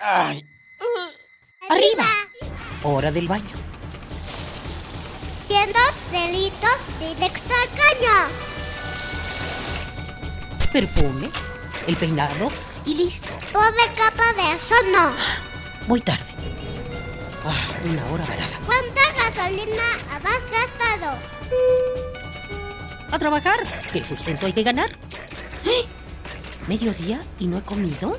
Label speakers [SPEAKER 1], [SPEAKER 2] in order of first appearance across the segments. [SPEAKER 1] Ay.
[SPEAKER 2] ¡Arriba!
[SPEAKER 1] Hora del baño.
[SPEAKER 2] Siendo delitos directo al caño.
[SPEAKER 1] Perfume, el peinado y listo.
[SPEAKER 2] Pobre capa de ozono.
[SPEAKER 1] Muy tarde. Ah, una hora varada.
[SPEAKER 2] ¿Cuánta gasolina has gastado?
[SPEAKER 1] A trabajar, que el sustento hay que ganar. ¡Eh! ¿Mediodía y no he comido?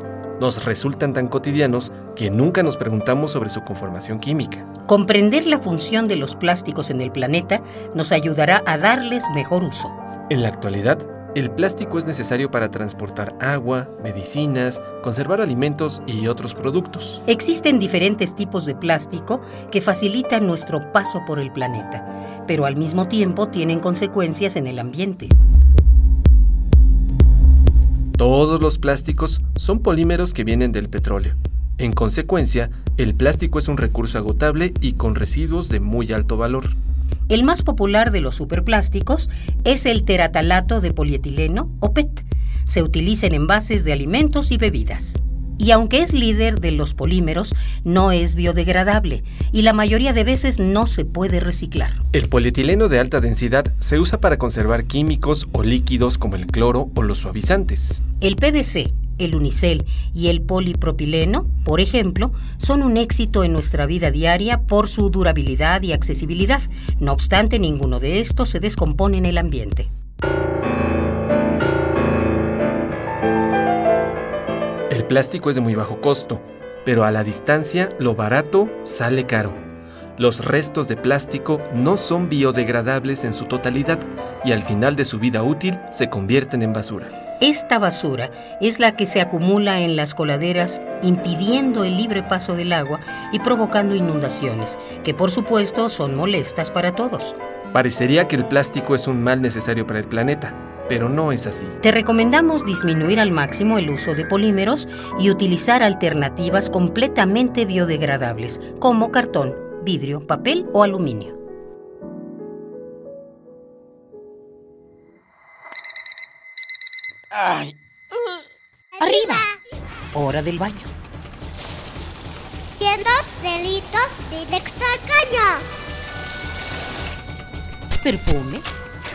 [SPEAKER 3] Nos resultan tan cotidianos que nunca nos preguntamos sobre su conformación química.
[SPEAKER 1] Comprender la función de los plásticos en el planeta nos ayudará a darles mejor uso.
[SPEAKER 3] En la actualidad, el plástico es necesario para transportar agua, medicinas, conservar alimentos y otros productos.
[SPEAKER 1] Existen diferentes tipos de plástico que facilitan nuestro paso por el planeta, pero al mismo tiempo tienen consecuencias en el ambiente.
[SPEAKER 3] Todos los plásticos son polímeros que vienen del petróleo. En consecuencia, el plástico es un recurso agotable y con residuos de muy alto valor.
[SPEAKER 1] El más popular de los superplásticos es el teratalato de polietileno o PET. Se utiliza en envases de alimentos y bebidas. Y aunque es líder de los polímeros, no es biodegradable y la mayoría de veces no se puede reciclar.
[SPEAKER 3] El polietileno de alta densidad se usa para conservar químicos o líquidos como el cloro o los suavizantes.
[SPEAKER 1] El PVC, el unicel y el polipropileno, por ejemplo, son un éxito en nuestra vida diaria por su durabilidad y accesibilidad. No obstante, ninguno de estos se descompone en el ambiente.
[SPEAKER 3] El plástico es de muy bajo costo, pero a la distancia lo barato sale caro. Los restos de plástico no son biodegradables en su totalidad y al final de su vida útil se convierten en basura.
[SPEAKER 1] Esta basura es la que se acumula en las coladeras impidiendo el libre paso del agua y provocando inundaciones, que por supuesto son molestas para todos.
[SPEAKER 3] Parecería que el plástico es un mal necesario para el planeta, pero no es así.
[SPEAKER 1] Te recomendamos disminuir al máximo el uso de polímeros y utilizar alternativas completamente biodegradables, como cartón, vidrio, papel o aluminio.
[SPEAKER 2] ¡Arriba!
[SPEAKER 1] Hora del baño.
[SPEAKER 2] Siendo delitos directo al caño.
[SPEAKER 1] Perfume,